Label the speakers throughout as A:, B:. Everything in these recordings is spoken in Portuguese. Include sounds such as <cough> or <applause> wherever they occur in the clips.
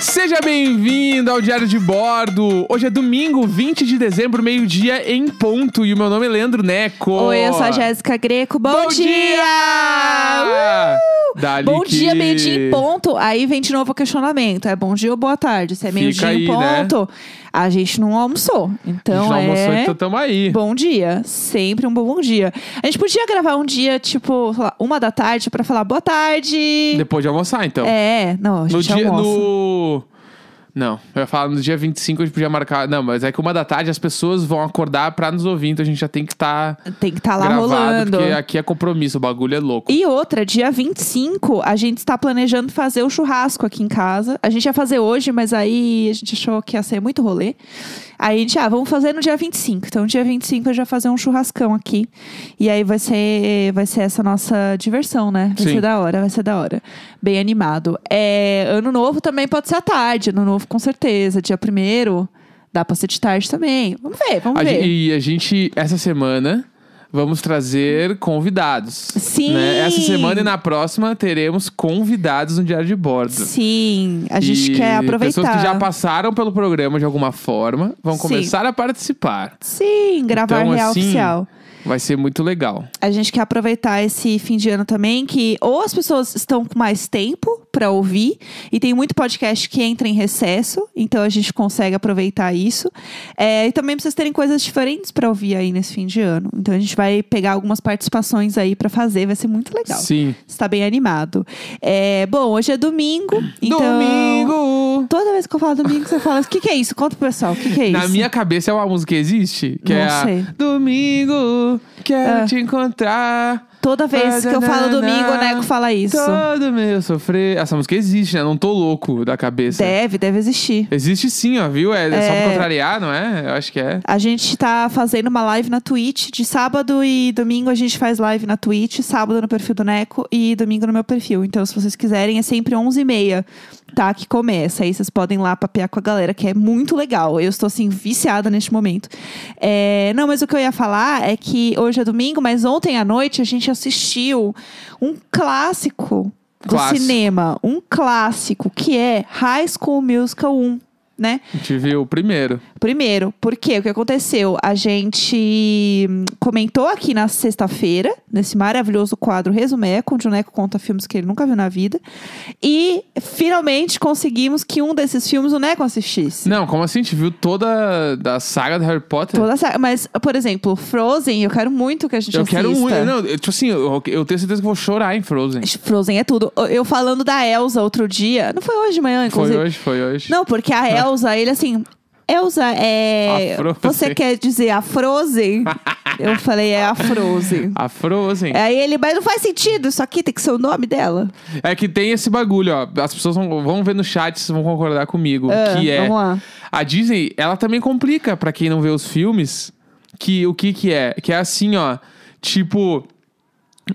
A: Seja bem-vindo ao Diário de Bordo. Hoje é domingo, 20 de dezembro, meio-dia em ponto. E o meu nome é Leandro Neco.
B: Oi, eu sou a Jéssica Greco. Bom,
A: Bom
B: dia!
A: dia! Dali
B: Bom dia,
A: que-
B: meio-dia em ponto. Aí vem de novo o questionamento. É bom dia ou boa tarde? Se é
A: Fica
B: meio-dia
A: aí, né?
B: em ponto, a gente não almoçou. Então
A: a gente não almoçou,
B: é
A: então tamo aí.
B: bom dia. Sempre um bom dia. A gente podia gravar um dia, tipo, sei lá, uma da tarde pra falar boa tarde.
A: Depois de almoçar, então.
B: É, não, a
A: no
B: gente
A: dia.
B: almoça.
A: No... Não, eu ia falar no dia 25 a gente podia marcar. Não, mas é que uma da tarde as pessoas vão acordar pra nos ouvir, então a gente já tem que estar
B: Tem que estar Tá lá
A: gravado,
B: rolando.
A: porque aqui é compromisso, o bagulho é louco.
B: E outra, dia 25, a gente está planejando fazer o churrasco aqui em casa. A gente ia fazer hoje, mas aí a gente achou que ia ser muito rolê. Aí a gente, ah, vamos fazer no dia 25. Então, dia 25 eu já vou fazer um churrascão aqui. E aí vai ser, vai ser essa nossa diversão, né? Vai
A: Sim.
B: ser da hora, vai ser da hora. Bem animado. É, ano novo também pode ser à tarde. Ano novo, com certeza. Dia primeiro dá pra ser de tarde também. Vamos ver, vamos
A: A
B: ver.
A: gen- e a gente, essa semana, vamos trazer convidados.
B: Sim!
A: né? Essa semana e na próxima teremos convidados no Diário de Bordo.
B: Sim, a gente
A: E
B: quer aproveitar.
A: Pessoas que já passaram pelo programa de alguma forma vão
B: Sim.
A: começar a participar.
B: Sim, gravar
A: Então,
B: real
A: assim,
B: oficial.
A: Vai ser muito legal.
B: A gente quer aproveitar esse fim de ano também, que ou as pessoas estão com mais tempo pra ouvir, e tem muito podcast que entra em recesso, então a gente consegue aproveitar isso. É, e também pra vocês terem coisas diferentes pra ouvir aí nesse fim de ano. Então a gente vai pegar algumas participações aí pra fazer, vai ser muito legal.
A: Sim.
B: Está bem animado. É, bom, hoje é domingo. Então,
A: Domingo!
B: Toda vez que eu falo domingo, você fala: o que, que é isso? Conta pro pessoal, o que, que é isso?
A: Na minha cabeça é uma música que existe? Que
B: Não
A: é a
B: sei. Ah.
A: Domingo, quero te encontrar.
B: Toda vez que eu falo domingo, o Neco fala isso.
A: Todo meu sofrer. Essa música existe, né? Não tô louco da cabeça.
B: Deve, deve existir.
A: Existe sim, ó, viu? É, é só pra
B: É.
A: contrariar, não é? Eu acho que é.
B: A gente tá fazendo uma live na Twitch. De sábado e domingo a gente faz live na Twitch. Sábado no perfil do Neco e domingo no meu perfil. Então, se vocês quiserem, é sempre 11h30, tá? Que começa. Aí vocês podem ir lá papear com a galera, que é muito legal. Eu estou, assim, viciada neste momento. É, Não, mas o que eu ia falar é que hoje é domingo, mas ontem à noite a gente assistiu um clássico do
A: Clássico.
B: cinema. Um clássico, que é High School Musical 1, né?
A: A gente viu o primeiro.
B: Primeiro, porque o que aconteceu? A gente hum, comentou aqui na sexta-feira, nesse maravilhoso quadro Resumeco, onde o Neco conta filmes que ele nunca viu na vida. E finalmente conseguimos que um desses filmes o Neco assistisse.
A: Não, como assim? A gente viu toda da saga do Harry Potter?
B: Toda essa- Mas, por exemplo, Frozen, eu quero muito que a gente
A: eu
B: assista.
A: quero muito. Não, eu- tipo assim, eu, eu tenho certeza que eu vou chorar em Frozen.
B: Frozen é tudo. Eu falando da Elsa outro dia. Não foi hoje de manhã,
A: Foi
B: inclusive.
A: hoje, foi hoje.
B: Não, porque a Elsa, ele assim. Elsa, é.
A: A Frozen.
B: Você quer dizer a
A: <laughs>
B: Frozen? Eu falei, é a Frozen.
A: A Frozen. É.
B: Aí ele, mas não faz sentido, isso aqui tem que ser o nome dela.
A: É que tem esse bagulho, ó. As pessoas vão, vão ver no chat, vocês vão concordar comigo. que é.
B: Ah, Vamos lá.
A: A Disney, ela também complica pra quem não vê os filmes, que o que que é? Que é assim, ó, tipo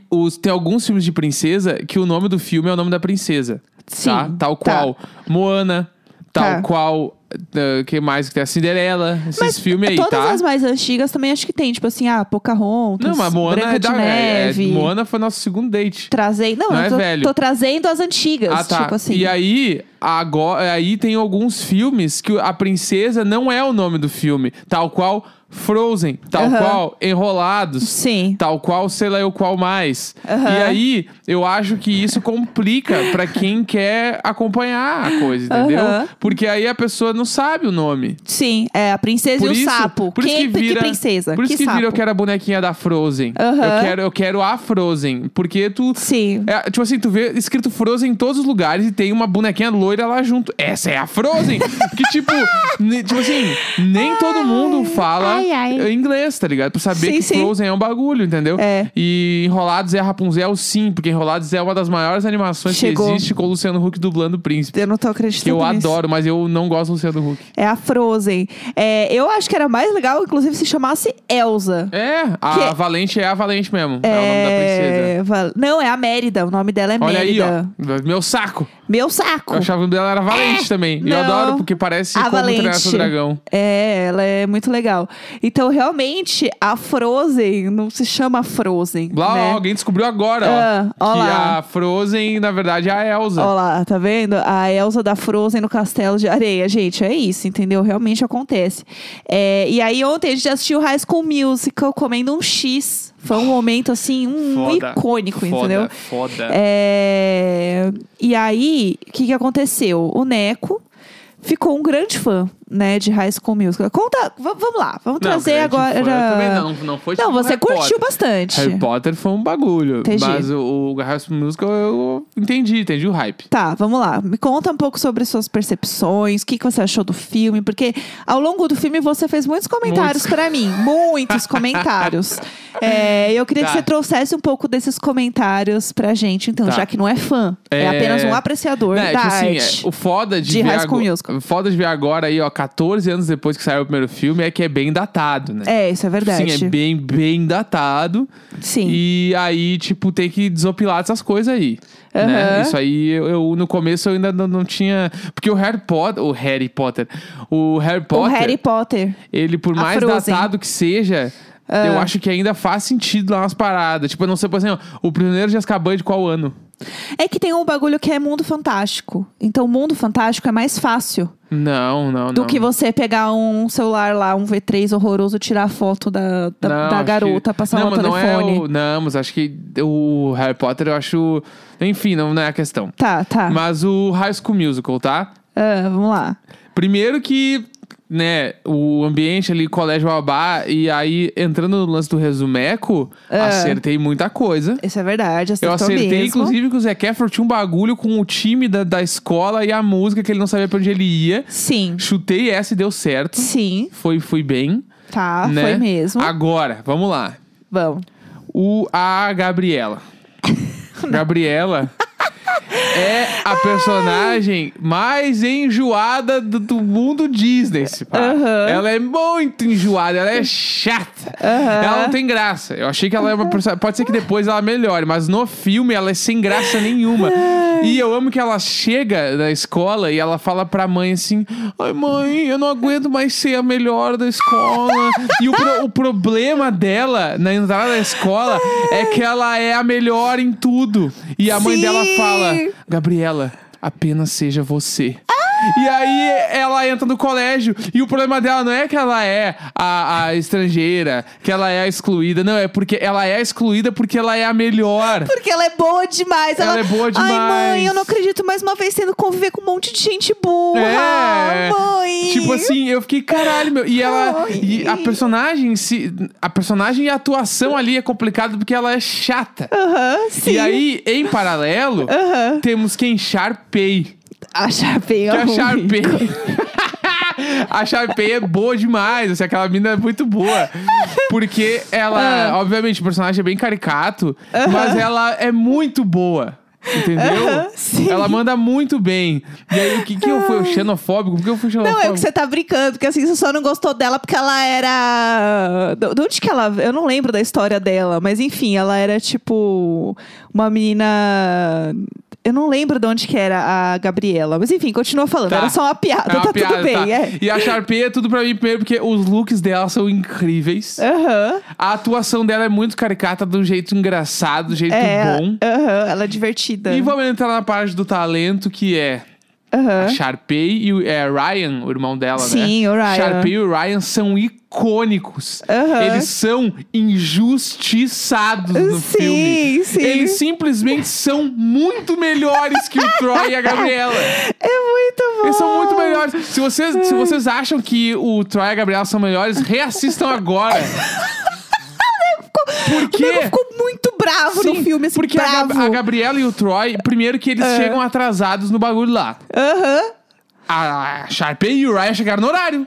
A: os, tem alguns filmes de princesa que o nome do filme é o nome da princesa,
B: Sim.
A: tá? Tal
B: tá.
A: qual Moana, tal
B: Tá.
A: qual eh, que mais que tem a Cinderela, esses filmes aí,
B: Todas
A: tá?
B: as mais antigas também acho que tem, tipo assim, ah, Pocahontas,
A: Não, mas Moana
B: Branca
A: é da
B: de
A: é- é-
B: Neve.
A: Moana foi nosso segundo date.
B: Trazei... Não,
A: Não
B: eu
A: é
B: tô,
A: velho.
B: tô trazendo as antigas,
A: Ah, tá.
B: tipo assim.
A: E aí, agora, aí tem alguns filmes que a princesa não é o nome do filme. Tal qual Frozen, tal
B: Aham.
A: qual Enrolados,
B: Sim.
A: tal qual sei lá eu qual mais.
B: Aham.
A: E aí, eu acho que isso complica pra quem quer acompanhar a coisa, entendeu?
B: Aham.
A: Porque aí a pessoa não sabe o nome.
B: Sim, é a princesa
A: Por
B: e o
A: isso,
B: sapo.
A: por isso
B: Quem-
A: que vira,
B: princesa?
A: Por isso que,
B: sapo?
A: vira eu quero a bonequinha da Frozen.
B: Aham.
A: Eu quero eu quero a Frozen, porque tu
B: Sim.
A: é, tipo assim, tu vê escrito Frozen em todos os lugares e tem uma bonequinha loira lá junto. Essa é a Frozen! que tipo,
B: <laughs>
A: ne- tipo assim, nem todo mundo fala
B: ai, ai.
A: inglês, tá ligado? Pra saber
B: Sim,
A: que
B: sim.
A: Frozen é um bagulho, entendeu?
B: É.
A: E Enrolados é a Rapunzel, sim, porque Enrolados é uma das maiores animações
B: Chegou.
A: que existe com o Luciano Huck dublando o príncipe.
B: Eu não tô
A: Que
B: acreditando
A: eu
B: nisso.
A: adoro, mas eu não gosto do Luciano Huck.
B: É a Frozen. É, eu acho que era mais legal, inclusive, se chamasse Elsa.
A: É, a
B: Que-
A: Valente é a Valente mesmo. É, o nome da princesa.
B: É, val- Não, é a Mérida. O nome dela é
A: Olha aí,
B: Mérida.
A: ó. Meu saco.
B: Meu saco!
A: Eu achava que o dela era Valente também. E eu
B: É, Não.
A: adoro, porque parece
B: A
A: como
B: Valente.
A: treinar seu dragão.
B: É, ela é muito legal. Então, realmente, a Frozen não se chama Frozen.
A: Lá, ó,
B: né?
A: alguém descobriu agora, ó.
B: Ah, ó
A: que
B: lá.
A: a Frozen, na verdade, é a Elsa.
B: Olha lá, tá vendo? A Elsa da Frozen no Castelo de Areia. Gente, é isso, entendeu? Realmente acontece. É, e aí ontem a gente assistiu High School Musical comendo um X. Foi
A: <laughs>
B: um momento, assim, um
A: Foda,
B: icônico,
A: foda,
B: entendeu?
A: Foda.
B: É, E aí, o que, que aconteceu? O Neco ficou um grande fã, né, de High School Musical. Conta, v- vamos lá, vamos
A: Não,
B: trazer
A: grande
B: agora... ah.
A: fã eu também não, não foi
B: Não,
A: tipo
B: você
A: Harry
B: curtiu
A: Potter.
B: bastante.
A: Harry Potter foi um bagulho.
B: Entendi.
A: Mas o, o High School Musical eu entendi, entendi o hype.
B: Tá, vamos lá. Me conta um pouco sobre suas percepções, o que, que você achou do filme, porque ao longo do filme você fez muitos comentários pra mim,
A: <laughs>
B: muitos comentários. É, eu queria que
A: Tá.
B: você trouxesse um pouco desses comentários pra gente, então,
A: Tá.
B: já que não é fã, é,
A: É,
B: apenas um apreciador
A: Né,
B: da
A: tipo assim,
B: arte.
A: é, o foda de,
B: De
A: ver
B: High School
A: ago-
B: Musical.
A: foda de ver agora aí, ó, 14 anos depois que saiu o primeiro filme, é que é bem datado, né?
B: É, isso é verdade.
A: Sim, é bem, bem datado.
B: Sim.
A: E aí, tipo, tem que desopilar essas coisas aí.
B: Aham.
A: né? Isso aí, eu, eu- no começo eu ainda não, não tinha. Porque o Harry Potter. O Harry Potter. O Harry
B: o
A: Potter.
B: Harry Potter.
A: Ele, por
B: A
A: mais
B: Frozen. Ah.
A: datado que seja, eu acho que ainda faz sentido lá umas paradas. Tipo, eu não sei, por exemplo, o primeiro de Azkaban é de qual ano?
B: É que tem um bagulho que é mundo fantástico. Então, mundo fantástico é mais fácil.
A: Não, não, não.
B: Do Tipo que você pegar um celular lá, um V3 horroroso, tirar a foto da, da,
A: Não,
B: da
A: acho
B: garota,
A: que...
B: passar
A: não,
B: no
A: mas não é
B: telefone.
A: o- Não, mas acho que o Harry Potter eu acho. Enfim, não, não é a questão.
B: Tá, tá.
A: Mas o High School Musical, tá?
B: Ah, vamos lá.
A: Primeiro que, né, o ambiente ali, colégio babá, e aí entrando no lance do resumeco, acertei muita coisa.
B: É. Isso é verdade,
A: Eu
B: acertou
A: acertei,
B: mesmo.
A: inclusive, que o Zac Efron tinha um bagulho com o time da, da escola e a música que ele não sabia pra onde ele ia.
B: Sim,
A: Chutei essa e deu certo.
B: sim,
A: Foi, foi bem.
B: tá,
A: né?
B: foi mesmo.
A: Agora, vamos lá.
B: Vamos.
A: O, a
B: <laughs>
A: Gabriela. Gabriela é a personagem mais enjoada do, do mundo Disney. se pá.
B: Aham.
A: Ela é muito enjoada, ela é chata. Ela não tem graça. Eu achei que ela é uma personagem. Pode ser que depois ela melhore, mas no filme ela é sem graça nenhuma. E eu amo que ela chega da escola e ela fala pra mãe assim: Ai, mãe, eu não aguento mais ser a melhor da escola. e o, pro- o problema dela na entrada da escola é que ela é a melhor em tudo. E a mãe
B: Sim.
A: dela fala: Gabriela, apenas seja você. E aí ela entra no colégio e o problema dela não é que ela é a, a estrangeira, que ela é a excluída. Não, é porque ela é a excluída porque ela é a melhor.
B: Porque ela é boa demais.
A: Ela é boa
B: Ai, mãe,
A: demais."
B: eu não acredito mais uma vez tendo que conviver com um monte de gente burra.
A: É.
B: Mãe.
A: Tipo assim, eu fiquei, caralho, meu. E ela.
B: Ai.
A: E a personagem, em si- a personagem e a atuação ali é complicado porque ela é chata.
B: Aham, sim.
A: E aí, em paralelo,
B: Aham.
A: temos quem Sharpay.
B: A Sharpay é
A: Que a
B: ruim.
A: Tá Sharpay. <laughs> a Sharpay é boa demais. Assim, aquela mina é muito boa. Porque ela,
B: Ah.
A: obviamente, o personagem é bem caricato, mas ela é muito boa. Entendeu?
B: Aham, sim.
A: Ela manda muito bem. E aí, o que, que eu fui? Xenofóbico? Por que eu fui xenofóbico?
B: Não, é que você tá brincando, porque assim, você só não gostou dela porque ela era. De de onde que ela. Eu não lembro da história dela, mas enfim, ela era tipo. Uma menina. Eu não lembro de onde que era a Gabriela, mas enfim, continua falando.
A: Tá.
B: Era só uma piada,
A: É uma
B: tá
A: piada,
B: tudo bem,
A: tá.
B: é.
A: E a Sharpay é tudo pra mim primeiro, porque os looks dela são incríveis.
B: É. Aham.
A: A atuação dela é muito caricata, do jeito engraçado, do jeito
B: É.
A: bom.
B: aham, ela é divertida.
A: E vamos entrar na parte do talento, que é
B: Aham.
A: a Sharpay e o é, Ryan, o irmão dela, né?
B: Sim, o Ryan.
A: Sharpay e o Ryan são icônicos.
B: Aham.
A: Eles são injustiçados no
B: Sim,
A: filme.
B: sim.
A: Eles simplesmente são muito melhores que o Troy e a Gabriela.
B: É muito bom.
A: Eles são muito melhores. Se vocês, se vocês acham que o Troy e a Gabriela são melhores, reassistam agora.
B: O
A: Porque
B: nego ficou muito bravo no
A: Sim,
B: filme, assim,
A: porque a, Gab-
B: bravo. É.
A: a Gabriela e o Troy, primeiro que eles chegam atrasados no bagulho lá.
B: Aham.
A: A Sharpay
B: <laughs>
A: e o Ryan chegaram no horário.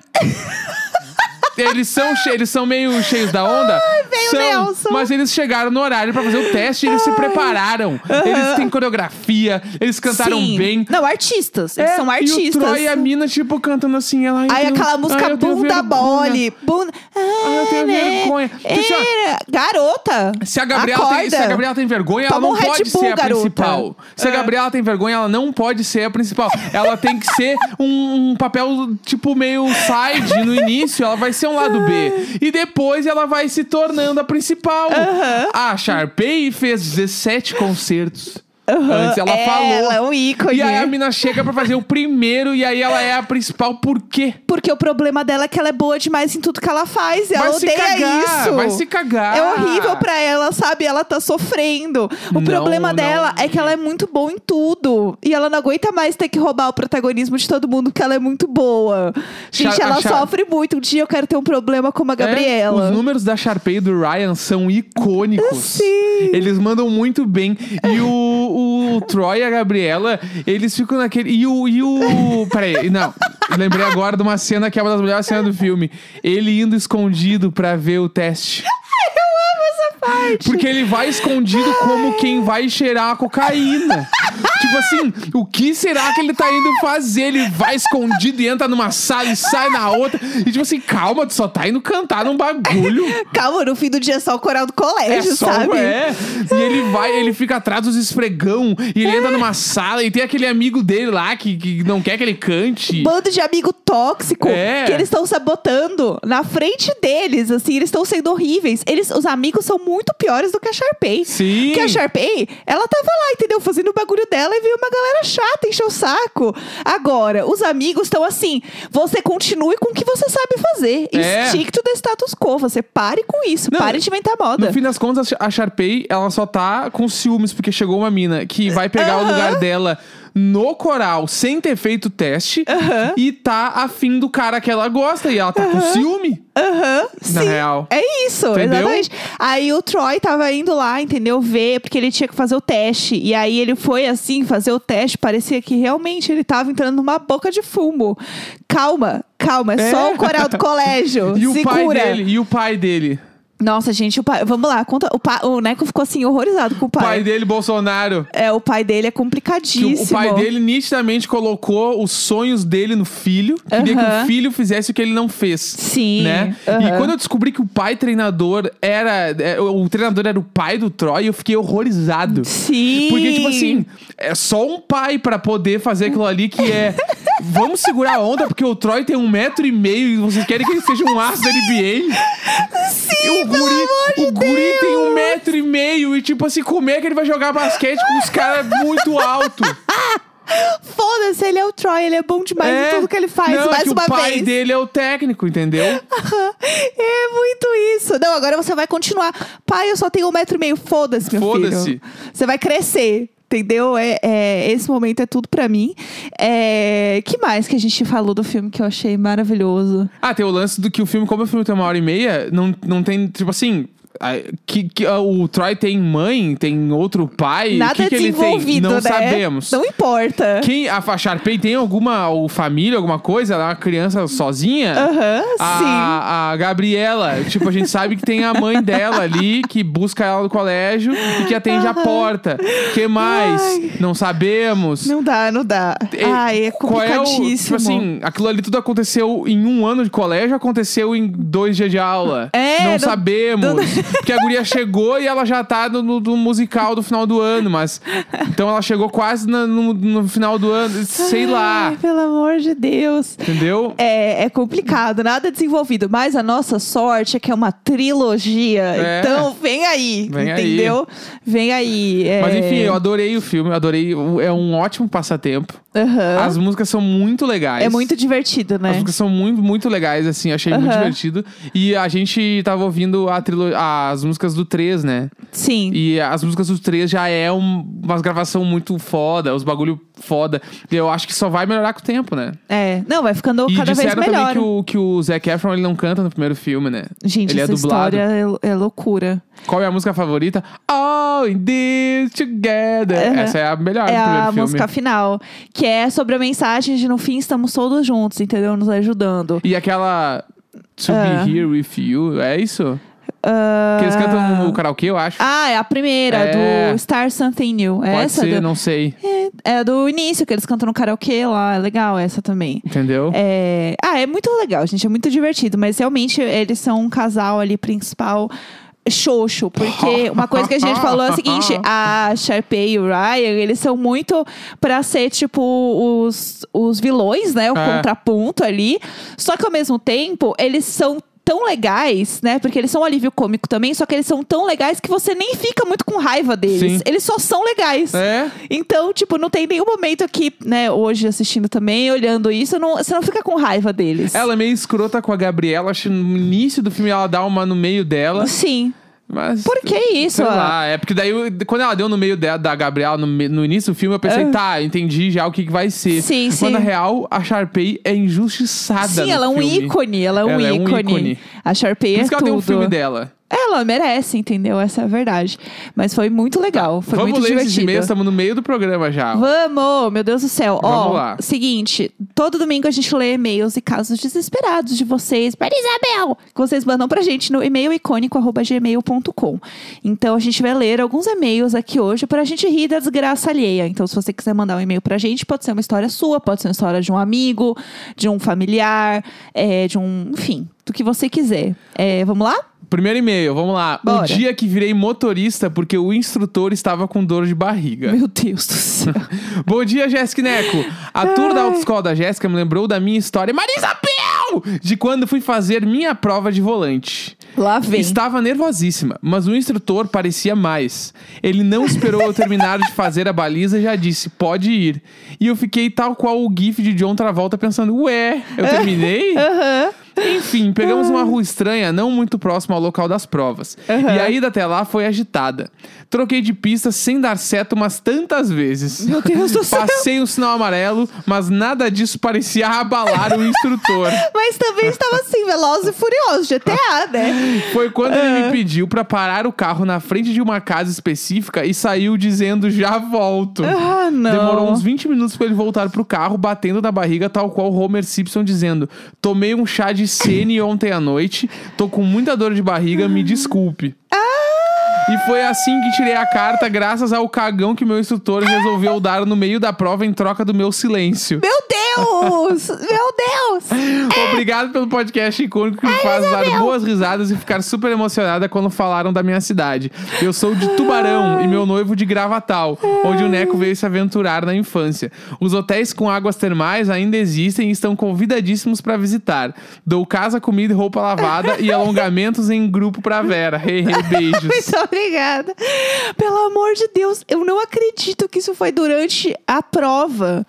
A: eles, são, che- eles são meio cheios da onda.
B: veio o Nelson.
A: Mas eles chegaram no horário pra fazer o teste e eles se prepararam. Eles têm coreografia, eles cantaram
B: Sim.
A: bem.
B: Não, artistas. Eles
A: É,
B: são
A: E o
B: artistas.
A: Troy e a mina, tipo, cantando assim. Ela, ai,
B: Aí
A: eu tenho-
B: aquela música
A: ai, eu tenho
B: bunda
A: vergonha.
B: mole. Bunda.
A: Ai, eu tenho vergonha. Então, assim, ó,
B: Era- Garota.
A: Se a, Gabriela tem,
B: Acorda.
A: se a Gabriela tem vergonha,
B: Toma
A: ela
B: um
A: não
B: Red
A: pode
B: Bull,
A: ser a
B: garota. É.
A: principal. Se a Gabriela tem vergonha, ela não pode ser a principal. Ela tem que ser um, um papel, tipo, meio side no início. Ela vai ser um lado B. E depois ela vai se tornando a principal. A Sharpay fez 17 concertos. Antes ela
B: é,
A: falou.
B: Ela é um ícone.
A: E aí a mina chega pra fazer o primeiro e aí ela é a principal por quê?
B: Porque o problema dela é que ela é boa demais em tudo que ela faz. E ela
A: vai se
B: odeia
A: cagar,
B: isso.
A: vai se cagar.
B: É horrível pra ela, sabe? Ela tá sofrendo. O
A: Não,
B: problema
A: não.
B: dela é que ela é muito boa em tudo. E ela não aguenta mais ter que roubar o protagonismo de todo mundo, porque ela é muito boa. Gente,
A: Cha- a
B: ela
A: cha-
B: sofre muito. Um dia eu quero ter um problema como a
A: É,
B: Gabriela. É,
A: os números da Sharpay e do Ryan são icônicos.
B: Sim.
A: Eles mandam muito bem. E o, o Troy e a Gabriela, eles ficam naquele. E o. E o... Peraí, não. Lembrei agora de uma cena que é uma das melhores cenas do filme. Ele indo escondido pra ver o teste. Porque ele vai escondido como quem vai cheirar a cocaína. tipo assim, o que será que ele tá indo fazer? Ele vai escondido e entra numa sala e sai na outra. E tipo assim, calma, tu só tá indo cantar num bagulho.
B: Calma, no fim do dia é só o coral do colégio,
A: só-
B: sabe?
A: é. E ele vai, ele fica atrás dos esfregão e ele
B: É.
A: entra numa sala e tem aquele amigo dele lá que, que não quer que ele cante.
B: Bando de amigo tóxico
A: É.
B: que eles estão sabotando na frente deles, assim, eles estão sendo horríveis. Eles, os amigos são muito piores do que a Sharpay.
A: Sim.
B: Porque a Sharpay, ela tava lá, entendeu? Fazendo o bagulho dela e veio uma galera chata, encheu o saco. Agora, os amigos estão assim, você continue com o que você sabe fazer.
A: É.
B: Instinto do status quo, você pare com isso,
A: Não,
B: pare de inventar moda.
A: No fim das contas, a Sharpay, ela só tá com ciúmes, porque chegou uma mina que vai pegar o
B: Aham.
A: lugar dela no coral sem ter feito o teste e tá afim do cara que ela gosta e ela tá com ciúme.
B: Aham,
A: Na
B: sim.
A: real.
B: É isso,
A: Entendeu?
B: exatamente. Aí o Troy tava indo lá, entendeu? Ver, porque ele tinha que fazer o teste. E aí ele foi assim, fazer o teste. Parecia que realmente ele tava entrando numa boca de fumo. Calma, calma, é,
A: É.
B: só o coral do colégio.
A: <laughs> E o
B: Segura.
A: pai dele, e o pai dele.
B: Nossa, gente, o pai. Vamos lá, conta. O, pa... o Neco ficou assim, horrorizado com o
A: O
B: pai.
A: pai dele, Bolsonaro.
B: É, o pai dele é
A: Que o-
B: complicadíssimo.
A: o pai dele nitidamente colocou os sonhos dele no filho. Queria que
B: Aham.
A: o filho fizesse o que ele não fez.
B: Sim,
A: Né?
B: aham.
A: E quando eu descobri que o pai treinador era. é, o o treinador era o pai do Troy, eu fiquei horrorizado.
B: Sim.
A: Porque, tipo assim, é só um pai pra poder fazer aquilo ali que é. Vamos segurar a onda, porque o Troy tem um metro e meio e vocês querem que ele seja um aço da NBA. Sim, o guri, o guri tem um metro e meio e, tipo assim, como é que ele vai jogar basquete com os caras muito alto?
B: Foda-se, ele é o Troy, ele é bom demais
A: É.
B: em tudo que ele faz,
A: Não, é
B: mais
A: que
B: uma
A: o pai
B: vez.
A: dele é o técnico,
B: <laughs>
A: entendeu?
B: É muito isso. Não, agora você vai continuar. Pai, eu só tenho um metro e meio. Foda-se, meu
A: Foda-se.
B: filho. Você vai crescer. Entendeu? É, é, esse momento é tudo pra mim. É, que mais que a gente falou do filme que eu achei maravilhoso?
A: Ah, tem o lance do que o filme, como o filme tem uma hora e meia, não, não tem, tipo assim. a- Que, que, ah, o Troy tem mãe, tem outro pai.
B: Nada
A: o que, que ele tem?
B: desenvolvido,
A: Não
B: né?
A: sabemos.
B: Não importa.
A: Quem, a, a Sharpay tem alguma ou família, alguma coisa? Ela é uma criança sozinha?
B: Aham, sim.
A: A, a Gabriela, tipo, a gente sabe que tem a mãe dela ali, que busca ela no colégio e que atende a porta. que mais?
B: Ai.
A: Não sabemos.
B: Não dá, não dá.
A: É,
B: Ai, é
A: qual é o-
B: complicadíssimo.
A: tipo assim, aquilo ali tudo aconteceu em um ano de colégio, aconteceu em dois dias de aula.
B: É,
A: não,
B: não-
A: sabemos.
B: não-
A: Porque a guria chegou e ela já tá no, no- no musical do final do ano, mas. Então ela chegou quase na- no, no final do ano, sei lá.
B: Ai, pelo amor de Deus.
A: Entendeu?
B: É, é complicado, nada desenvolvido. Mas a nossa sorte é que é uma trilogia.
A: É.
B: Então vem aí,
A: Vem aí.
B: entendeu? Vem aí. é.
A: Mas enfim, eu adorei o filme, eu adorei. É um ótimo passatempo.
B: Aham.
A: As músicas são muito legais.
B: É muito divertido,
A: As
B: né?
A: músicas são muito, muito legais, assim, achei muito
B: Aham.
A: divertido. E a gente tava ouvindo a trilo- as músicas do 3, né?
B: Sim.
A: E as músicas dos três já é um, umas gravação muito foda, os bagulho foda. E eu acho que só vai melhorar com o tempo, né?
B: É. Não, vai ficando
A: e
B: cada vez
A: disseram
B: melhor.
A: também que o, que o Zac Efron ele não canta no primeiro filme, né?
B: Gente,
A: ele é
B: essa
A: dublado.
B: história é, é loucura.
A: Qual é a música favorita? All in this together.
B: Aham.
A: Essa é a melhor
B: é
A: do primeiro
B: a
A: filme.
B: música final, que é sobre a mensagem de no fim estamos todos juntos, entendeu? Nos ajudando.
A: E aquela To
B: Ah.
A: Be Here With You, é isso?
B: Ah,
A: Que eles cantam o karaokê, eu acho.
B: Ah, é a primeira,
A: É.
B: do Star Something New. É
A: Pode
B: essa
A: ser, né?
B: do-
A: não sei.
B: É, é do início, que eles cantam no karaokê lá. É legal essa também.
A: Entendeu?
B: É... Ah, é muito legal, gente. É muito divertido. Mas realmente eles são um casal ali principal xoxo. Porque uma coisa que a gente falou é
A: <laughs>
B: o seguinte: a Sharpay e o Ryan, eles são muito pra ser, tipo, os, os vilões, né? O
A: É.
B: contraponto ali. Só que ao mesmo tempo, eles são. Tão legais, né? Porque eles são um alívio cômico também, só que eles são tão legais que você nem fica muito com raiva deles.
A: Sim.
B: Eles só são legais.
A: É.
B: Então, tipo, não tem nenhum momento que, né, hoje assistindo também, olhando isso, não- você não fica com raiva deles.
A: Ela é meio escrota com a Gabriela, acho que no início do filme ela dá é uma no meio dela.
B: Sim.
A: Mas.
B: Por que isso?
A: Sei
B: ó?
A: lá, é porque daí, eu- quando ela deu no meio da, da Gabriela, no, me- no início do filme, eu pensei, tá, entendi já o que, que vai ser.
B: É. Sim,
A: Quando
B: sim.
A: na real, a Sharpay é injustiçada.
B: Sim,
A: no
B: ela é um
A: filme.
B: ícone, ela é um,
A: Ela é um
B: ícone.
A: ícone.
B: A Sharpay
A: Por
B: é
A: isso que ela
B: tudo.
A: tem um filme dela.
B: Ela merece, entendeu? Essa é a verdade. Mas foi muito legal, foi
A: Vamos
B: muito
A: ler esses
B: divertido.
A: e-mails, estamos no meio do programa já.
B: Vamos, meu Deus do céu. Ó,
A: Vamos lá.
B: seguinte, todo domingo a gente lê e-mails e casos desesperados de vocês, para Isabel, que vocês mandam pra gente no e-mail icônico@gmail.com. Então a gente vai ler alguns e-mails aqui hoje pra gente rir da desgraça alheia. Então se você quiser mandar um e-mail pra gente, pode ser uma história sua, pode ser uma história de um amigo, de um familiar, é, de um, enfim, do que você quiser. É, vamos lá?
A: Primeiro e-mail, vamos lá. O
B: Bora.
A: dia que virei motorista porque o instrutor estava com dor de barriga.
B: <laughs> Meu Deus
A: <laughs>
B: do céu.
A: Bom dia, Jéssica e Neco. A tour da autoescola da Jéssica me lembrou da minha história. Marisabel! De quando fui fazer minha prova de volante.
B: Lá vem.
A: Estava nervosíssima, mas o instrutor parecia mais. Ele não esperou eu terminar de fazer a baliza e já disse: pode ir. E eu fiquei tal qual o GIF de John Travolta pensando: ué, eu terminei?
B: <laughs> Aham.
A: Enfim, pegamos uma rua estranha, não muito próxima ao local das provas.
B: Aham.
A: E a ida até lá foi agitada. Troquei de pista sem dar certo umas tantas vezes.
B: Meu Deus do céu.
A: Passei o sinal amarelo, mas nada disso parecia abalar o instrutor.
B: Mas também estava assim, veloz e furioso, GTA,
A: <laughs>
B: né?
A: Foi quando ele me pediu pra parar o carro na frente de uma casa específica e saiu dizendo já volto.
B: Ah, não.
A: Demorou uns 20 minutos pra ele voltar pro carro, batendo na barriga, tal qual Homer Simpson dizendo: Tomei um chá de sene ontem à noite, tô com muita dor de barriga, me desculpe.
B: Ah!
A: E foi assim que tirei a carta, graças ao cagão que meu instrutor resolveu dar no meio da prova em troca do meu silêncio.
B: Meu Deus!
A: <laughs>
B: Meu Deus!
A: Então, Obrigado pelo podcast icônico que me faz dar boas risadas e ficar super emocionada quando falaram da minha cidade. Eu sou de Tubarão e meu noivo de Gravatal, onde o Neco veio se aventurar na infância. Os hotéis com águas termais ainda existem e estão convidadíssimos para visitar. Dou casa, comida e roupa lavada
B: <laughs>
A: e alongamentos em grupo pra Vera. Hey, hey, beijos.
B: Muito obrigada. Pelo amor de Deus, eu não acredito que isso foi durante
A: <laughs>
B: a prova.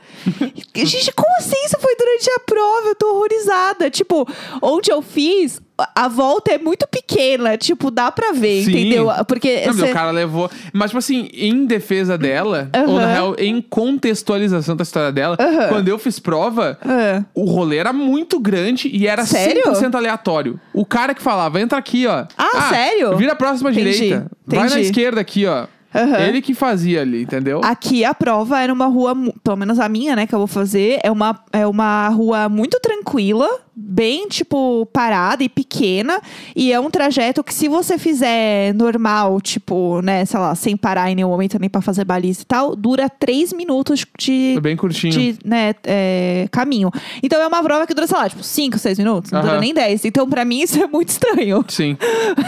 B: Gente, como assim isso foi durante a prova? Eu tô horrorizada. Tipo, onde eu fiz, a- a volta é muito pequena. Tipo, dá pra ver,
A: Sim.
B: entendeu? Porque.
A: Não,
B: cê-
A: meu, o cara levou. Mas, tipo assim, em defesa dela, ou
B: Aham.
A: na real, em contextualização da história dela,
B: Aham.
A: quando eu fiz prova,
B: Ah.
A: O rolê era muito grande e era
B: Sério?
A: 100% aleatório. O cara que falava, entra aqui, ó.
B: Ah, sério?
A: Vira a próxima
B: Entendi,
A: direita. Vai na
B: entendi.
A: esquerda aqui, ó.
B: Aham.
A: Ele que fazia ali, entendeu?
B: Aqui a prova era uma rua, mu- pelo menos a minha, né, que eu vou fazer, é uma, é uma rua muito tranquila, bem, tipo, parada e pequena. E é um trajeto que, se você fizer normal, tipo, né, sei lá, sem parar em nenhum momento nem pra fazer baliza e tal, dura três minutos de.
A: Foi bem curtinho.
B: De, né, é, caminho. Então é uma prova que dura, sei lá, tipo, 5, 6 minutos. Não dura
A: Aham.
B: nem 10. Então, pra mim, isso é muito estranho. <laughs>
A: Sim.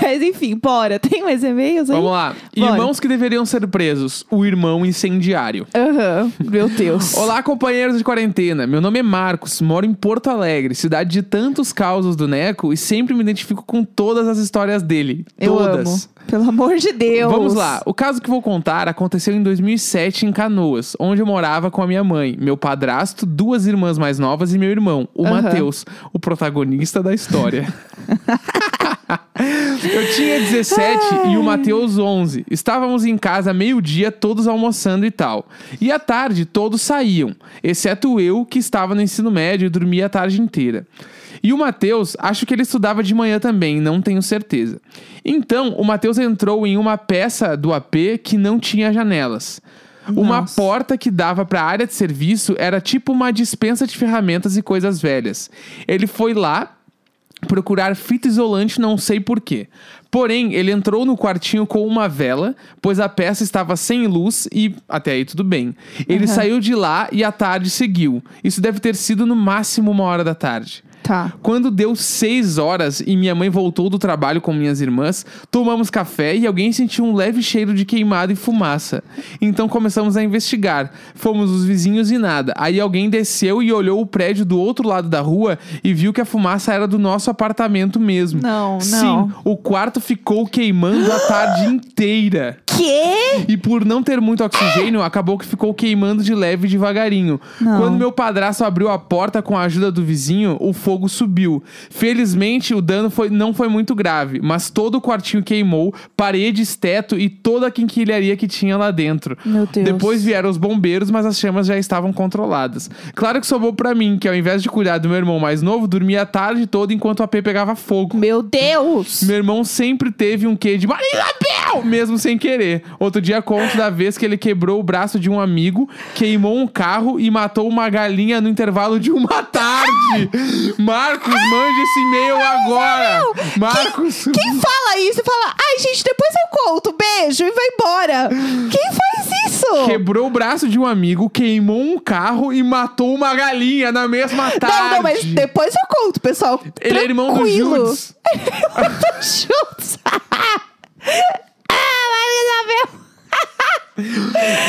B: Mas enfim, bora. Tem mais e-mails aí?
A: Vamos lá.
B: Bora.
A: Irmãos que deveriam ser presos. O irmão incendiário.
B: Aham. Meu Deus.
A: Olá, companheiros de quarentena. Meu nome é Marcos, moro em Porto Alegre, cidade de tantos causos do Neco, e sempre me identifico com todas as histórias dele.
B: Eu
A: todas.
B: amo. Pelo amor de Deus.
A: Vamos lá. O caso que vou contar aconteceu em 2007 em Canoas, onde eu morava com a minha mãe, meu padrasto, duas irmãs mais novas e meu irmão, o
B: Aham.
A: Matheus, o protagonista da história. eu tinha 17 e o Matheus 11. Estávamos em casa meio-dia, todos almoçando e tal. E à tarde todos saíam, exceto eu que estava no ensino médio e dormia a tarde inteira. E o Matheus, acho que ele estudava de manhã também, não tenho certeza. Então, o Matheus entrou em uma peça do AP que não tinha janelas. Uma
B: Nossa.
A: porta que dava para a área de serviço era tipo uma dispensa de ferramentas e coisas velhas. Ele foi lá procurar fita isolante, não sei porquê. Porém, ele entrou no quartinho com uma vela, pois a peça estava sem luz e até aí tudo bem. Ele
B: Aham.
A: saiu de lá e a tarde seguiu. Isso deve ter sido no máximo uma hora da tarde.
B: Tá.
A: Quando deu seis horas e minha mãe voltou do trabalho com minhas irmãs, tomamos café e alguém sentiu um leve cheiro de queimado e fumaça. Então começamos a investigar. Fomos os vizinhos e nada. Aí alguém desceu e olhou o prédio do outro lado da rua e viu que a fumaça era do nosso apartamento mesmo.
B: Não, não.
A: Sim, o quarto ficou queimando a tarde inteira.
B: Quê?
A: E por não ter muito oxigênio, acabou que ficou queimando de leve e devagarinho.
B: Não.
A: Quando meu padrasto abriu a porta com a ajuda do vizinho, o fogo subiu. Felizmente, o dano foi, não foi muito grave, mas todo o quartinho queimou, paredes, teto e toda a quinquilharia que tinha lá dentro.
B: Meu Deus.
A: Depois vieram os bombeiros, mas as chamas já estavam controladas. Claro que sobrou pra mim, que ao invés de cuidar do meu irmão mais novo, dormia a tarde toda enquanto o AP pegava fogo.
B: Meu Deus!
A: Meu irmão sempre teve um quê de Marina Bel, mesmo sem querer. Outro dia conto da vez que ele quebrou o braço de um amigo, queimou um carro e matou uma galinha no intervalo de uma
B: <laughs>
A: tarde. Marcos, mande esse e-mail agora. Marcos.
B: Quem fala isso e fala, ai gente, depois eu conto, beijo e vai embora. Quem faz isso?
A: <laughs> Quebrou o braço de um amigo, queimou um carro e matou uma galinha na mesma tarde.
B: Não, não, mas depois eu conto, pessoal.
A: Ele é irmão do
B: Tranquilo. <laughs>
A: Judas.
B: Judas. <laughs> ah, Maria Isabel.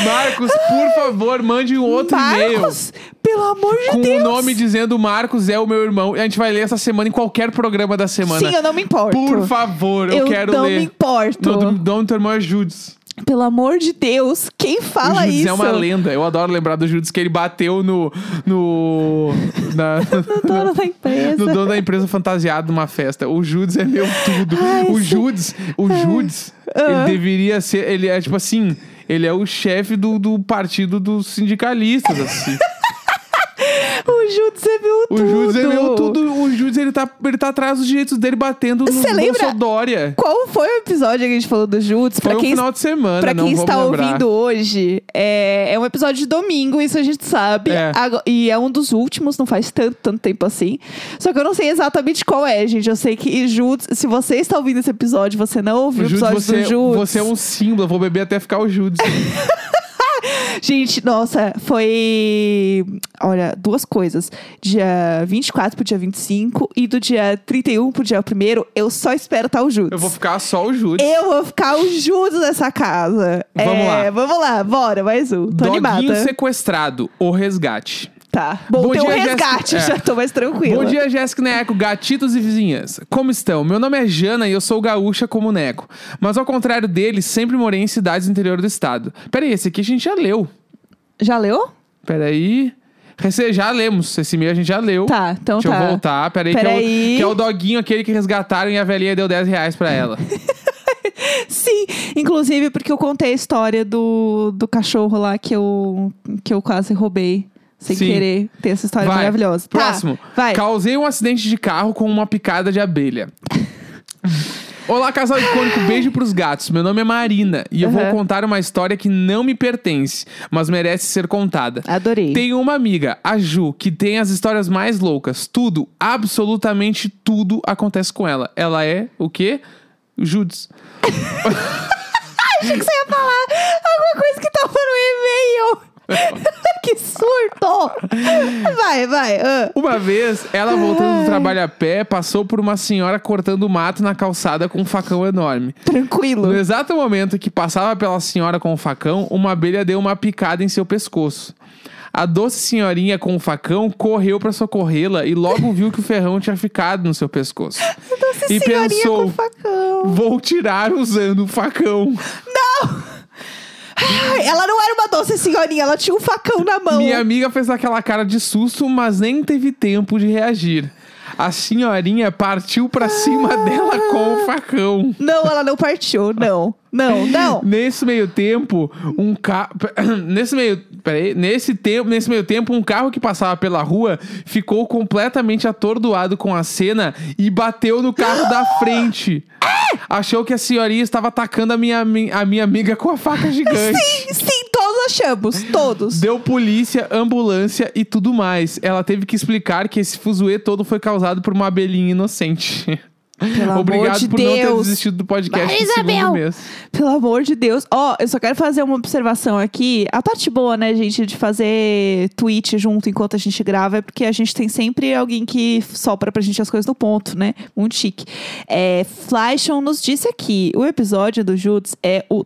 A: Marcos, por favor, mande um outro e-mail.
B: Marcos, pelo amor de
A: com o
B: Deus.
A: nome dizendo Marcos é o meu irmão. E a gente vai ler essa semana em qualquer programa da semana.
B: Sim, eu não me importo.
A: Por favor, eu,
B: Eu
A: quero
B: não
A: ler.
B: me importo.
A: Não, do- do- do teu irmão é Judas.
B: Pelo amor de Deus, quem
A: O
B: fala
A: Judas
B: isso?
A: é uma lenda. Eu adoro lembrar do Judas que ele bateu no.
B: <laughs>
A: no. na-
B: O dono da empresa.
A: no dono da empresa fantasiado numa festa. O Judas é meu tudo.
B: Ai,
A: o
B: sim. É.
A: Judas, o Judas, ele deveria ser. Ele é tipo assim. Ele é o chefe do, do partido dos sindicalistas, assim.
B: O Judas é meu
A: O
B: tudo.
A: Judas, ele, eu, tudo, o Judas ele, tá, ele tá atrás dos direitos dele batendo no
B: Cê lembra?
A: Bolsonaro Dória.
B: Qual foi o episódio que a gente falou do Judas?
A: Foi
B: pra
A: um
B: quem
A: final de semana,
B: Pra
A: não
B: quem
A: vamos
B: está
A: lembrar.
B: ouvindo hoje, é, é um episódio de domingo, isso a gente sabe.
A: É.
B: Ago- e é um dos últimos, não faz tanto, tanto tempo assim. Só que eu não sei exatamente qual é, gente. Eu sei que Judas, se você está ouvindo esse episódio, você não ouviu o,
A: O Judas,
B: episódio
A: você,
B: do Judas.
A: você é um símbolo, eu vou beber até ficar o Judas.
B: Gente, nossa, foi. Olha, duas coisas. Dia 24 pro dia 25 e do dia 31 pro dia 1 eu só espero estar o Judas.
A: eu vou ficar só o Judas.
B: Eu vou ficar o Judas nessa casa.
A: Vamos
B: É,
A: lá.
B: Vamos lá, bora, mais um. Tô
A: Doguinho
B: animada.
A: sequestrado, o resgate.
B: Tá. Bom,
A: Bom
B: tem um
A: dia, Jéssica.
B: resgate,
A: É.
B: já tô mais tranquila.
A: Bom dia, Jéssica e Neco, gatitos e vizinhança. Como estão? Meu nome é Jana e eu sou gaúcha como o Neco. Mas ao contrário dele, sempre morei em cidades do interior do estado. Pera aí, esse aqui a gente já leu.
B: Já leu?
A: Pera aí. Rece- Já lemos, esse e-mail a gente já leu.
B: Tá, então
A: Deixa
B: tá.
A: eu voltar, peraí, que, é o,
B: Peraí.
A: que é o doguinho aquele que resgataram e a velhinha deu 10 reais pra
B: <laughs>
A: ela.
B: <laughs> Sim, inclusive porque eu contei a história do, do cachorro lá que eu, que eu quase roubei. Sem
A: Sim.
B: querer. Tem essa história
A: Vai,
B: maravilhosa. Tá,
A: Próximo.
B: vai.
A: Causei um acidente de carro com uma picada de abelha. Olá, casal icônico, beijo pros gatos. Meu nome é Marina e eu
B: Uhum.
A: vou contar uma história que não me pertence, mas merece ser contada.
B: Adorei.
A: Tenho uma amiga, a Ju, que tem as histórias mais loucas. Tudo, absolutamente tudo acontece com ela. Ela é o quê? Judas.
B: Achei que você ia falar alguma coisa que tava no e-mail. <laughs> que surto! Vai, vai. ah.
A: Uma vez, ela voltando do trabalho a pé, passou por uma senhora cortando mato na calçada com um facão enorme. No
B: Tranquilo.
A: exato momento que passava pela senhora com o facão, uma abelha deu uma picada em seu pescoço. A doce senhorinha com o facão correu para socorrê-la e logo viu que o ferrão tinha ficado no seu pescoço.
B: Doce
A: E
B: senhorinha
A: pensou-
B: com facão.
A: Vou tirar usando o facão.
B: Ai, ela não era uma doce senhorinha, ela tinha um facão na mão.
A: Minha amiga fez aquela cara de susto, mas nem teve tempo de reagir. A senhorinha partiu para cima dela com o facão.
B: Não, ela não partiu, não. Não, não.
A: Nesse meio tempo, um carro. <clears throat> Nesse meio. Peraí. Nesse, tempo, nesse meio tempo, um carro que passava pela rua ficou completamente atordoado com a cena e bateu no carro da frente. Achou que a senhorinha estava atacando a minha, ami- a minha amiga com a faca gigante.
B: Sim, sim, todos achamos, todos.
A: Deu polícia, ambulância e tudo mais. Ela teve que explicar que esse fuzuê todo foi causado por uma abelhinha inocente.
B: Pelo
A: Obrigado
B: amor de
A: por não ter
B: Deus.
A: desistido do podcast
B: Vai,
A: no segundo
B: Isabel!
A: mês.
B: Pelo amor de Deus. Ó, eu só quero fazer uma observação aqui. A parte boa, né, gente, de fazer tweet junto enquanto a gente grava é porque a gente tem sempre alguém que sopra pra gente as coisas no ponto, né? Muito chique. É, Flyshon nos disse aqui: o episódio do Judas é o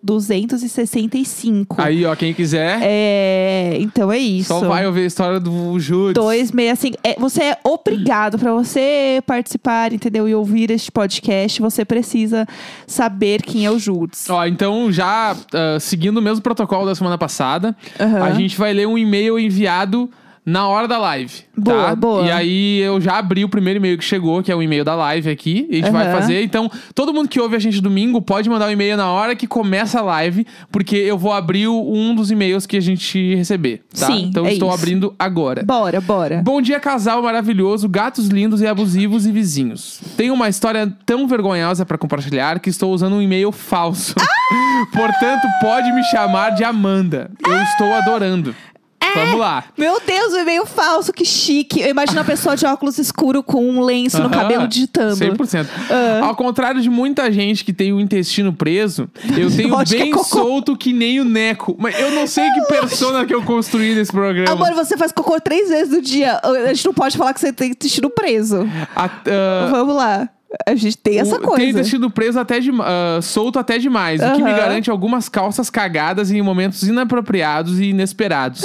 B: 265.
A: Aí, ó, quem quiser,
B: É, então é isso.
A: só vai ouvir a história do Júlio.
B: 265. É, você é obrigado para você participar, entendeu? E ouvir este podcast, você precisa saber quem é o Judas.
A: Ó, então já ah, seguindo o mesmo protocolo da semana passada,
B: Aham.
A: a gente vai ler um e-mail enviado na hora da live.
B: Boa,
A: tá?
B: boa.
A: E aí eu já abri o primeiro e-mail que chegou, que é o e-mail da live aqui. E a gente vai
B: Aham.
A: fazer. Então, todo mundo que ouve a gente domingo pode mandar o e-mail na hora que começa a live, porque eu vou abrir o- um dos e-mails que a gente receber. Tá?
B: Sim,
A: então
B: é
A: estou
B: isso.
A: abrindo agora.
B: Bora, bora.
A: Bom dia, casal maravilhoso, gatos lindos e abusivos e vizinhos. Tenho uma história tão vergonhosa pra compartilhar que estou usando um e-mail falso.
B: Ah!
A: <laughs> Portanto, pode me chamar de Amanda. Eu estou adorando.
B: É!
A: Vamos lá.
B: Meu Deus, o e-mail falso, que chique. Eu imagino a pessoa de óculos escuro com um lenço no
A: Aham,
B: cabelo digitando.
A: 100%.
B: Ah.
A: Ao contrário de muita gente que tem o intestino preso, eu
B: <laughs>
A: tenho
B: Lógico que é
A: bem
B: cocô.
A: solto que nem o Neco. Mas eu não sei que persona que eu construí nesse programa.
B: Amor, você faz cocô três vezes no dia. A gente não pode falar que você tem intestino preso.
A: A- ah,
B: Vamos lá. A gente tem essa
A: O- Tem
B: coisa.
A: intestino preso até de, ah, solto até demais, o que me
B: Aham.
A: garante algumas calças cagadas em momentos inapropriados e
B: <laughs>
A: inesperados.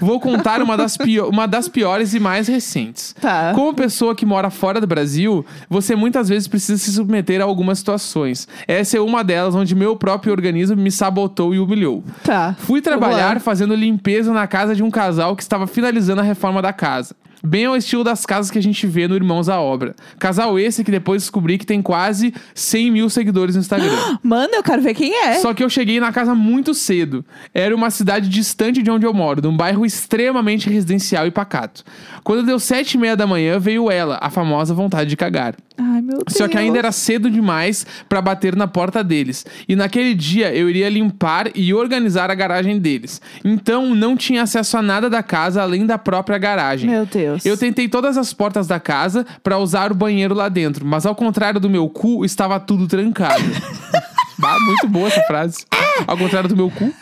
A: Vou contar uma das, pio- uma das piores e mais recentes.
B: Tá.
A: Como pessoa que mora fora do Brasil, você muitas vezes precisa se submeter a algumas situações. Essa é uma delas onde meu próprio organismo me sabotou e humilhou.
B: Tá.
A: Fui trabalhar
B: Vamos
A: fazendo limpeza na casa de um casal que estava finalizando a reforma da casa. Bem ao estilo das casas que a gente vê no Irmãos à Obra. Casal esse que depois descobri que tem quase 100 mil seguidores no Instagram.
B: lá. Manda, eu quero ver quem <gasps> é.
A: Só que eu cheguei na casa muito cedo. Era uma cidade distante de onde eu moro, num bairro extremamente residencial e pacato. Quando deu sete e meia da manhã, veio ela, a famosa vontade de cagar.
B: Ai, meu Deus.
A: Só que ainda era cedo demais pra bater na porta deles. E naquele dia eu iria limpar e organizar a garagem deles. Então não tinha acesso a nada da casa além da própria garagem.
B: Meu Deus.
A: Eu tentei todas as portas da casa pra usar o banheiro lá dentro, mas ao contrário do meu cu, estava tudo
B: <laughs>
A: trancado. ah, muito boa essa frase. Ao contrário do meu
B: <laughs>
A: cu.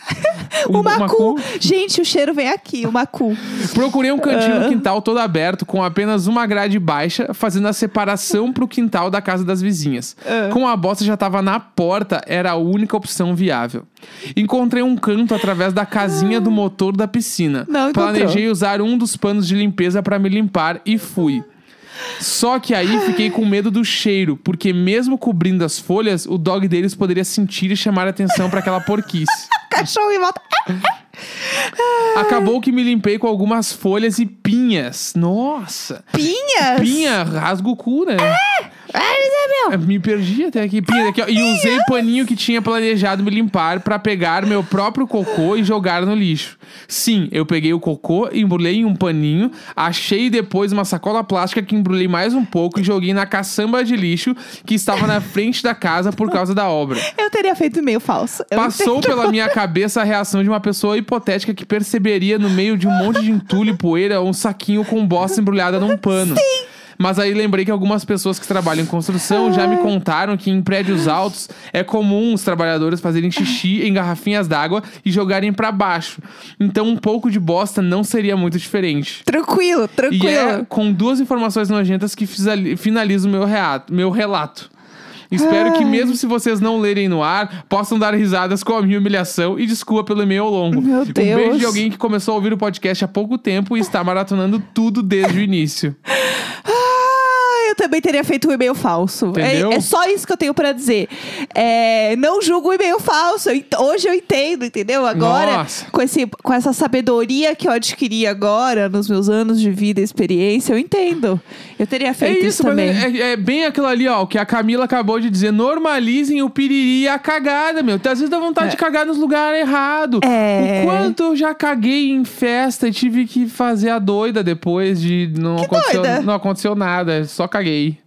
A: o-
B: O macu.
A: cu.
B: Gente, o cheiro vem aqui,
A: <laughs>
B: o macu.
A: Procurei um cantinho no quintal todo aberto, com apenas uma grade baixa, fazendo a separação pro quintal da casa das vizinhas. Como a bosta já tava na porta, era a única opção viável. Encontrei um canto através da casinha do motor da piscina.
B: Não encontrou.
A: Planejei usar um dos panos de limpeza pra me limpar e fui. Só que aí fiquei com medo do cheiro, porque mesmo cobrindo as folhas, o dog deles poderia sentir e chamar a atenção pra aquela porquice.
B: Cachorro em volta. É
A: Acabou que me limpei com algumas folhas e pinhas. Nossa!
B: Pinhas?
A: Pinha, rasga o cu, né?
B: Ai, Isabel.
A: Eu Me perdi até aqui. Pinha, aqui ó. E usei paninho que tinha planejado me limpar pra pegar meu próprio cocô e jogar no lixo. Sim, eu peguei o cocô, embrulhei em um paninho, achei depois uma sacola plástica que embrulhei mais um pouco e joguei na caçamba de lixo que estava na frente da casa por causa da obra.
B: Eu teria feito meio falso. Eu
A: Passou
B: entendo.
A: pela minha cabeça a reação de uma pessoa hipotética que perceberia no meio de um monte de entulho e poeira um saquinho com bosta embrulhada num pano. Sim. Mas aí lembrei que algumas pessoas que trabalham em construção já me contaram que em prédios altos é comum os trabalhadores fazerem xixi em garrafinhas d'água e jogarem pra baixo. Então um pouco de bosta não seria muito diferente.
B: Tranquilo,
A: E
B: tranquilo.
A: é com duas informações nojentas que fisa- finalizo meu, reato, meu relato. Espero que,
B: Ai.
A: mesmo se vocês não lerem no ar, possam dar risadas com a minha humilhação e desculpa pelo e-mail longo.
B: Meu
A: Um beijo
B: Deus.
A: de alguém que começou a ouvir o podcast há pouco tempo e está maratonando tudo desde o início.
B: Ah, eu também teria feito um e-mail falso. É,
A: Entendeu?
B: é só isso que eu tenho pra dizer. É, não julgo o e-mail falso. Eu ent- hoje eu entendo, entendeu? Agora,
A: Nossa.
B: com, esse, com essa sabedoria que eu adquiri agora, nos meus anos de vida e experiência, eu entendo. Eu teria
A: É
B: feito
A: isso,
B: isso,
A: mas
B: também.
A: é, é bem aquilo ali, ó, o que a Camila acabou de dizer. Normalizem o piriri e a cagada, meu. Às vezes dá vontade de cagar nos lugares errados.
B: É.
A: O quanto eu já caguei em festa e tive que fazer a doida depois de não, aconteceu,
B: doida?
A: não aconteceu nada, só caguei.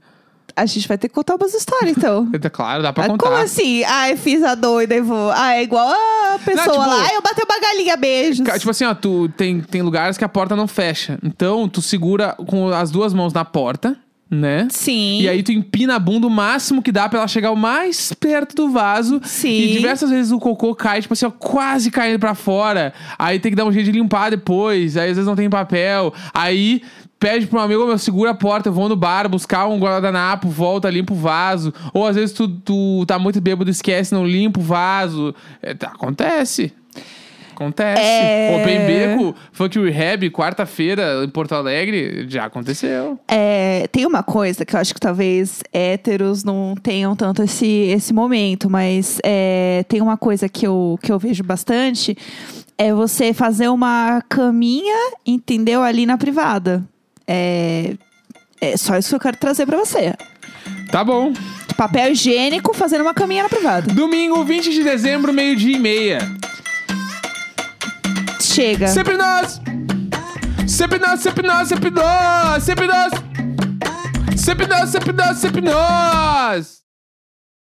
B: A gente vai ter que contar umas histórias, então.
A: <laughs> É claro, dá pra
B: Ah,
A: contar.
B: Como assim? Ah, eu fiz a doida e vou. Ah, é igual a pessoa
A: tipo-
B: lá. Ah, eu bati uma galinha, beijos.
A: Ca- Tipo assim, ó, tu tem, tem lugares que a porta não fecha. Então, tu segura com as duas mãos na porta, né?
B: Sim.
A: E aí tu empina a bunda o máximo que dá pra ela chegar o mais perto do vaso.
B: Sim.
A: E diversas vezes o cocô cai, tipo assim, ó, quase caindo pra fora. Aí tem que dar um jeito de limpar depois. Aí às vezes não tem papel. Aí pede pro amigo, "Ô, meu, segura a porta, eu vou no bar buscar um guardanapo, volta, limpa o vaso. Ou às vezes tu, tu tá muito bêbado, esquece, não limpa o vaso. É, tá, acontece. Acontece.
B: É.
A: Open Beco, Funk Rehab, quarta-feira em Porto Alegre, já aconteceu.
B: É, tem uma coisa que eu acho que talvez héteros não tenham tanto esse, esse momento, mas é, tem uma coisa que eu, que eu vejo bastante: é você fazer uma caminha, entendeu? Ali na privada. É, é só isso que eu quero trazer pra você.
A: Tá bom.
B: Papel higiênico fazendo uma caminha na privada.
A: Domingo, 20 de dezembro, meio-dia e meia.
B: Chega.
A: Sempre nós! Sempre nós, sempre nós, sempre nós! Sempre nós! Sempre nós, sempre nós, sempre nós!